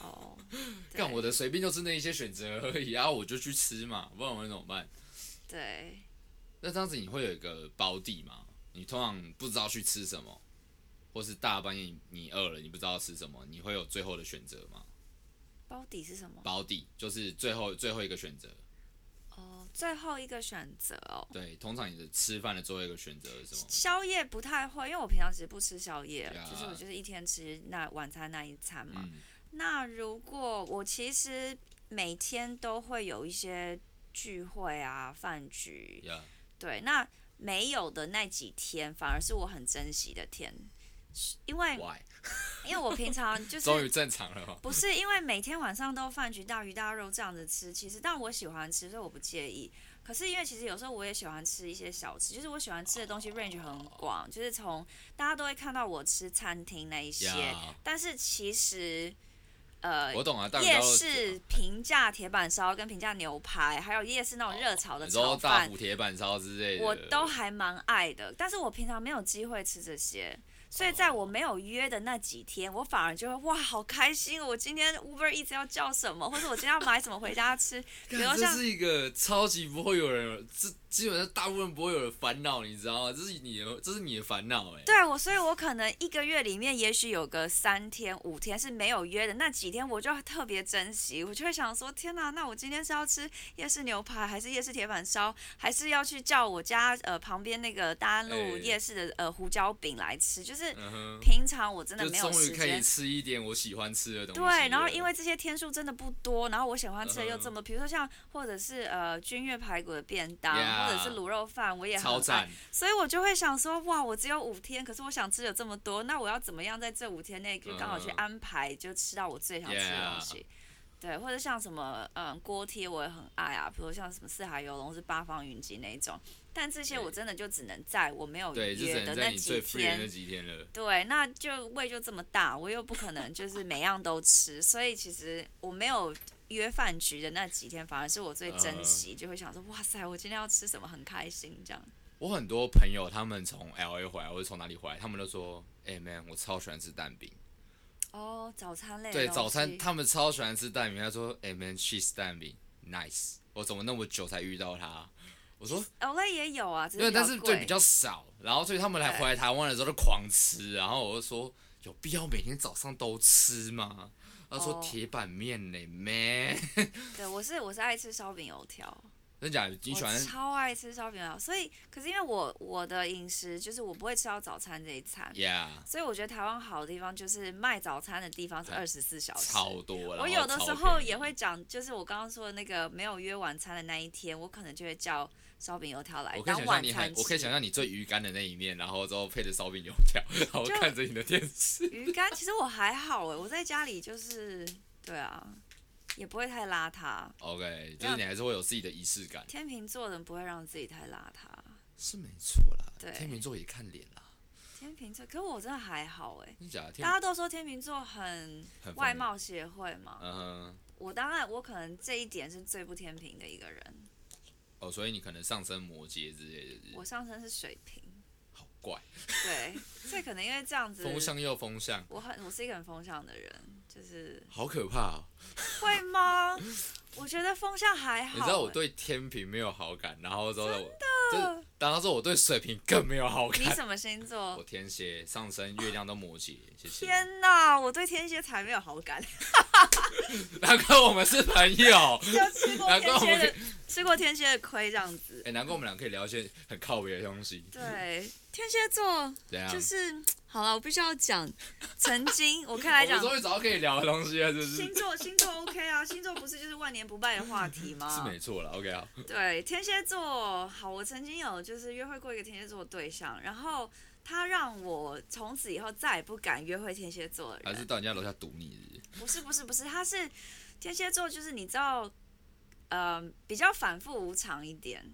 [SPEAKER 2] 哦。对
[SPEAKER 1] 干我的随便就是那一些选择而已，然、啊后我就去吃嘛，不然我能怎么办？
[SPEAKER 2] 对，
[SPEAKER 1] 那这样子你会有一个包地吗？你通常不知道去吃什么，或是大半夜你你饿了，你不知道吃什么，你会有最后的选择吗？
[SPEAKER 2] 包底是什么？
[SPEAKER 1] 包地就是最后最后一个选择。
[SPEAKER 2] 哦，最后一个选择哦。
[SPEAKER 1] 对，通常你的吃饭的最后一个选择是什么？
[SPEAKER 2] 宵夜不太会，因为我平常其实不吃宵夜
[SPEAKER 1] 呀
[SPEAKER 2] 就是我就是一天吃那晚餐那一餐嘛。
[SPEAKER 1] 嗯，
[SPEAKER 2] 那如果我其实每天都会有一些聚会啊、饭局，
[SPEAKER 1] 呀、
[SPEAKER 2] 对，那没有的那几天反而是我很珍惜的天，是因为
[SPEAKER 1] w h y
[SPEAKER 2] 因为我平常就
[SPEAKER 1] 终
[SPEAKER 2] 是
[SPEAKER 1] 于正常了哦吗？
[SPEAKER 2] 不是因为每天晚上都饭局大鱼大肉这样子吃，其实但我喜欢吃，所以我不介意。可是因为其实有时候我也喜欢吃一些小吃，就是我喜欢吃的东西 range 很广，就是从大家都会看到我吃餐厅那一些
[SPEAKER 1] 呀
[SPEAKER 2] 但是其实呃
[SPEAKER 1] 我懂啊，大鱼大
[SPEAKER 2] 夜
[SPEAKER 1] 肉
[SPEAKER 2] 市平价铁板烧跟平价牛排，还有夜市那种热炒的
[SPEAKER 1] 你说
[SPEAKER 2] 炒
[SPEAKER 1] 大
[SPEAKER 2] 饭，
[SPEAKER 1] 埔铁板烧之类的，
[SPEAKER 2] 我都还蛮爱的，但是我平常没有机会吃这些，所以在我没有约的那几天，我反而就会哇，好开心！哦我今天 Uber 一直要叫什么，或者我今天要买什么回家吃。比如
[SPEAKER 1] 干这
[SPEAKER 2] 像
[SPEAKER 1] 是一个超级不会有人，这基本上大部分不会有人烦恼，你知道吗？这是你的，这是你的烦恼哎。
[SPEAKER 2] 对我，所以我可能一个月里面，也许有个三天、五天是没有约的，那几天我就特别珍惜，我就会想说，天哪，那我今天是要吃夜市牛排，还是夜市铁板烧，还是要去叫我家呃旁边那个大安路
[SPEAKER 1] 哎
[SPEAKER 2] 夜市的呃胡椒饼来吃？就是
[SPEAKER 1] 嗯哼，
[SPEAKER 2] 平常我真的
[SPEAKER 1] 就
[SPEAKER 2] 没有
[SPEAKER 1] 终于
[SPEAKER 2] 时
[SPEAKER 1] 可以
[SPEAKER 2] 间。
[SPEAKER 1] 吃一点我喜欢吃的东西了。嗯
[SPEAKER 2] 对，然后因为这些天数真的不多，然后我喜欢吃的又这么，比如说像或者是呃君悦排骨的便当
[SPEAKER 1] Yeah
[SPEAKER 2] 或者是卤肉饭，我也很
[SPEAKER 1] 超
[SPEAKER 2] 爱
[SPEAKER 1] 赞，
[SPEAKER 2] 所以我就会想说，哇，我只有五天，可是我想吃了这么多，那我要怎么样在这五天内就刚好去
[SPEAKER 1] 嗯
[SPEAKER 2] 安排，就吃到我最想吃的东
[SPEAKER 1] Yeah
[SPEAKER 2] 西。对，或者像什么，嗯，锅贴我也很爱啊，比如像什么四海游龙是八方云集那一种，但这些
[SPEAKER 1] 对
[SPEAKER 2] 我真的就只能在我没有
[SPEAKER 1] 对，就只
[SPEAKER 2] 约的
[SPEAKER 1] 能
[SPEAKER 2] 那
[SPEAKER 1] 在你
[SPEAKER 2] 几
[SPEAKER 1] 最 free 的那
[SPEAKER 2] 天，
[SPEAKER 1] 几天了。
[SPEAKER 2] 对，那就胃就这么大，我又不可能就是每样都吃，所以其实我没有约饭局的那几天，反而是我最珍
[SPEAKER 1] 嗯
[SPEAKER 2] 惜，就会想说，哇塞，我今天要吃什么，很开心这样。
[SPEAKER 1] 我很多朋友他们从 L A 回来，或者从哪里回来，他们都说：“哎、m a n 我超喜欢吃蛋饼。
[SPEAKER 2] 哦，早餐类的
[SPEAKER 1] 对，
[SPEAKER 2] 东
[SPEAKER 1] 早餐
[SPEAKER 2] 西
[SPEAKER 1] 他们超喜欢吃蛋饼。他说：“哎、m a n cheese 蛋饼，nice。”我怎么那么久才遇到他？我说
[SPEAKER 2] Olay 也有啊，：“只
[SPEAKER 1] 因为但
[SPEAKER 2] 比较
[SPEAKER 1] 是
[SPEAKER 2] 贵
[SPEAKER 1] 对比较少，然后所以他们来
[SPEAKER 2] 对
[SPEAKER 1] 回来台湾的时候就狂吃。”然后我就说：“有必要每天早上都吃吗？”他说
[SPEAKER 2] 哦：“
[SPEAKER 1] 铁板面嘞，man。
[SPEAKER 2] 对我是我是爱吃烧饼油条，”
[SPEAKER 1] 真假的？你喜
[SPEAKER 2] 我
[SPEAKER 1] 欢？
[SPEAKER 2] 超爱吃烧饼油条，所以可是因为我我的饮食就是我不会吃到早餐这一餐，
[SPEAKER 1] 呀，
[SPEAKER 2] 所以我觉得台湾好的地方就是卖早餐的地方是
[SPEAKER 1] 哎
[SPEAKER 2] 二十四小时。
[SPEAKER 1] 超多。然
[SPEAKER 2] 我
[SPEAKER 1] 后
[SPEAKER 2] 有的
[SPEAKER 1] 超
[SPEAKER 2] 时候
[SPEAKER 1] 便宜
[SPEAKER 2] 也会讲，就是我刚刚说的那个没有约晚餐的那一天，我可能就会叫烧饼油条来
[SPEAKER 1] 我可以
[SPEAKER 2] 当
[SPEAKER 1] 想象
[SPEAKER 2] 晚
[SPEAKER 1] 你
[SPEAKER 2] 餐
[SPEAKER 1] 很，
[SPEAKER 2] 吃。
[SPEAKER 1] 我可以想象你最鱼干的那一面，然后之后配着烧饼油条，然后
[SPEAKER 2] 就
[SPEAKER 1] 看着你的电视。
[SPEAKER 2] 鱼干其实我还好哎，我在家里就是对啊，也不会太邋遢。
[SPEAKER 1] OK，就是你还是会有自己的仪式感，
[SPEAKER 2] 天秤座的人不会让自己太邋遢。
[SPEAKER 1] 是没错啦。
[SPEAKER 2] 对
[SPEAKER 1] 天秤座也看脸啦，
[SPEAKER 2] 天秤座，可是我真的还好哎、
[SPEAKER 1] 真假的？天
[SPEAKER 2] 大家都说天秤座很
[SPEAKER 1] 很
[SPEAKER 2] 外
[SPEAKER 1] 疯
[SPEAKER 2] 貌协会嘛，
[SPEAKER 1] 嗯哼，
[SPEAKER 2] 我当然我可能这一点是最不天平的一个人。
[SPEAKER 1] 哦，所以你可能上升摩羯之类的，
[SPEAKER 2] 我上身是水瓶，
[SPEAKER 1] 好怪，
[SPEAKER 2] 对，
[SPEAKER 1] *laughs*
[SPEAKER 2] 所以可能因为这样子，
[SPEAKER 1] 风向又风向，
[SPEAKER 2] 我很我是一个很风向的人，就是
[SPEAKER 1] 好可怕哦！
[SPEAKER 2] 会吗？我觉得风向还好欸、
[SPEAKER 1] 你知道我对天平没有好感，然后之后我就是当他说我对水瓶更没有好
[SPEAKER 2] 欸你
[SPEAKER 1] 感。
[SPEAKER 2] 什么星
[SPEAKER 1] 我
[SPEAKER 2] 座？
[SPEAKER 1] 天蝎上升，月亮都摩羯，谢谢。
[SPEAKER 2] 天哪，我对天蝎才没有好感， *laughs*
[SPEAKER 1] 难怪我们是朋友。
[SPEAKER 2] 就吃过
[SPEAKER 1] 难怪我
[SPEAKER 2] 天蝎
[SPEAKER 1] 们可
[SPEAKER 2] 的吃过天蝎的亏这样子
[SPEAKER 1] 哎、。难怪我们俩可以聊一些很靠别的东西。
[SPEAKER 2] 对，天蝎座
[SPEAKER 1] 怎样？
[SPEAKER 2] 就是好了，我必须要讲，曾经我看来讲
[SPEAKER 1] 我们终于找到可以聊的东西了，是不
[SPEAKER 2] 星
[SPEAKER 1] 是？
[SPEAKER 2] 座，星座 OK 啊，星座不是就是万年不败的话题
[SPEAKER 1] 是
[SPEAKER 2] 吗
[SPEAKER 1] 没？错了，OK 啊，
[SPEAKER 2] 对，天蝎座，好，我曾经有就是约会过一个天蝎座的对象，然后他让我从此以后再也不敢约会天蝎座的
[SPEAKER 1] 还
[SPEAKER 2] 人。
[SPEAKER 1] 是到人家楼下堵你是不是
[SPEAKER 2] 不是不是不是，他是天蝎座，就是你知道，呃，比较反复无常一点，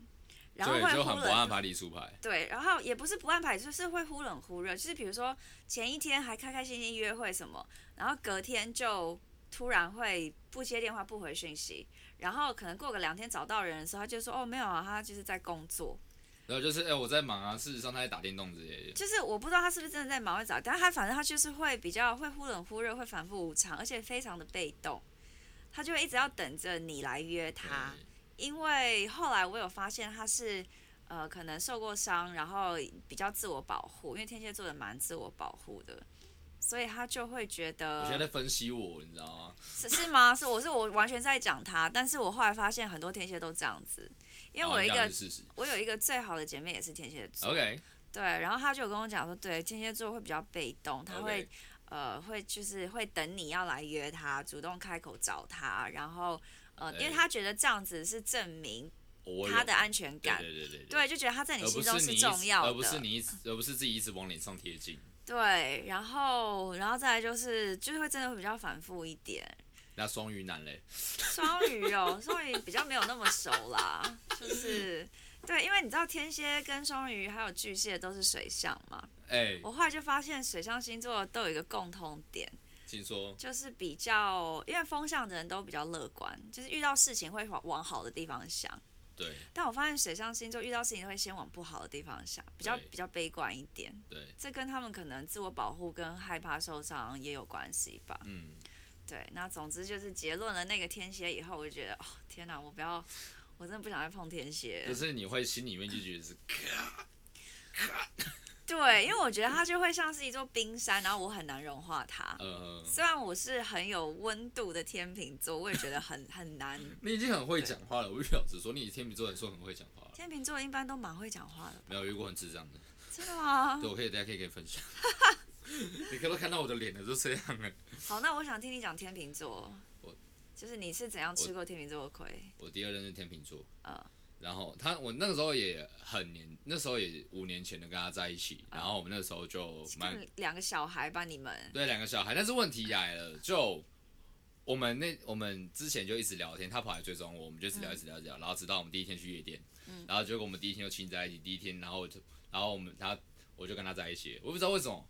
[SPEAKER 2] 然后
[SPEAKER 1] 对，
[SPEAKER 2] 会
[SPEAKER 1] 就
[SPEAKER 2] 忽
[SPEAKER 1] 很不按
[SPEAKER 2] 冷
[SPEAKER 1] 牌理出牌，
[SPEAKER 2] 对，然后也不是不按牌，就是会忽冷忽热。就是比如说前一天还开开心心约会什么，然后隔天就突然会不接电话、不回讯息，然后可能过个两天找到人的时候，他就说哦没有啊，他就是在工作。
[SPEAKER 1] 然后就是哎、我在忙啊，事实上他在打电动之类的，
[SPEAKER 2] 就是我不知道他是不是真的在忙会找，但他反正他就是会比较会忽冷忽热，会反复无常，而且非常的被动。他就会一直要等着你来约他。
[SPEAKER 1] 嗯
[SPEAKER 2] 因为后来我有发现他是呃，可能受过伤，然后比较自我保护，因为天蝎座人蛮自我保护的，所以他就会觉
[SPEAKER 1] 对。
[SPEAKER 2] 得
[SPEAKER 1] 我现在在分析我，你知道吗？
[SPEAKER 2] 是是吗？是我是我完全在讲他，但是我后来发现很多天蝎都这样子，因为我有一
[SPEAKER 1] 好哦这
[SPEAKER 2] 个
[SPEAKER 1] 样是事实
[SPEAKER 2] 我有一个最好的姐妹也是天蝎座
[SPEAKER 1] ，OK，
[SPEAKER 2] 对，然后他就有跟我讲说，对，天蝎座会比较被动，他会
[SPEAKER 1] OK
[SPEAKER 2] 呃会就是会等你要来约他，主动开口找他，然后呃，因为
[SPEAKER 1] 哎
[SPEAKER 2] 他觉得这样子是证明
[SPEAKER 1] 我有
[SPEAKER 2] 他的安全
[SPEAKER 1] 对
[SPEAKER 2] 感。
[SPEAKER 1] 对对对，
[SPEAKER 2] 对，就觉得他在你
[SPEAKER 1] 而
[SPEAKER 2] 心
[SPEAKER 1] 不
[SPEAKER 2] 中
[SPEAKER 1] 是你一直
[SPEAKER 2] 重要
[SPEAKER 1] 而不是
[SPEAKER 2] 的。
[SPEAKER 1] 你一直而不是自己一直往脸上贴金，
[SPEAKER 2] 对，然后，然后再来就是，就是会真的会比较反复一点。
[SPEAKER 1] 那双鱼男嘞，
[SPEAKER 2] 双鱼哦，双鱼比较没有那么熟啦，就是对，因为你知道天蝎跟双鱼还有巨蟹都是水象嘛，
[SPEAKER 1] 哎、
[SPEAKER 2] 我后来就发现水象星座都有一个共通点，
[SPEAKER 1] 请说，
[SPEAKER 2] 就是比较因为风象的人都比较乐观，就是遇到事情会往往好的地方想。
[SPEAKER 1] 对
[SPEAKER 2] 但我发现水象星座遇到事情都会先往不好的地方想，比较
[SPEAKER 1] 对
[SPEAKER 2] 比较悲观一点。
[SPEAKER 1] 对，
[SPEAKER 2] 这跟他们可能自我保护跟害怕受伤也有关系吧。
[SPEAKER 1] 嗯，
[SPEAKER 2] 对，那总之就是结论了那个天蝎以后，我就觉得哦天哪，我不要，我真的不想再碰天蝎
[SPEAKER 1] 就。是你会心里面就觉得是，
[SPEAKER 2] 对，因为我觉得它就会像是一座冰山，然后我很难融化它。
[SPEAKER 1] 呃，
[SPEAKER 2] 虽然我是很有温度的天秤座，我也觉得很很难。
[SPEAKER 1] 你已经很会讲话了。我必须老实说，你以天秤座来说很会讲话了，
[SPEAKER 2] 天秤座一般都蛮会讲话的，
[SPEAKER 1] 没有遇过很智障的。
[SPEAKER 2] 真的吗
[SPEAKER 1] 对，？我可以，大家可以跟你分享。 *laughs* 你可都看到我的脸了，就这样了。
[SPEAKER 2] 好，那我想听你讲天秤座
[SPEAKER 1] 我，
[SPEAKER 2] 就是你是怎样吃过天秤座的亏？
[SPEAKER 1] 我第二任是天秤座，
[SPEAKER 2] 呃，
[SPEAKER 1] 然后他我那个时候也很年，那时候也五年前的跟他在一起，然后我们那时候就蛮
[SPEAKER 2] 看两个小孩吧，你们
[SPEAKER 1] 对，两个小孩。但是问题来了，就我们那我们之前就一直聊天，他跑来追踪我，我们就一直聊，一直聊，一直聊，然后直到我们第一天去夜店，然后结果我们第一天就亲在一起，第一天，然后我就，然后我们他我就跟他在一起了，我不知道为什么，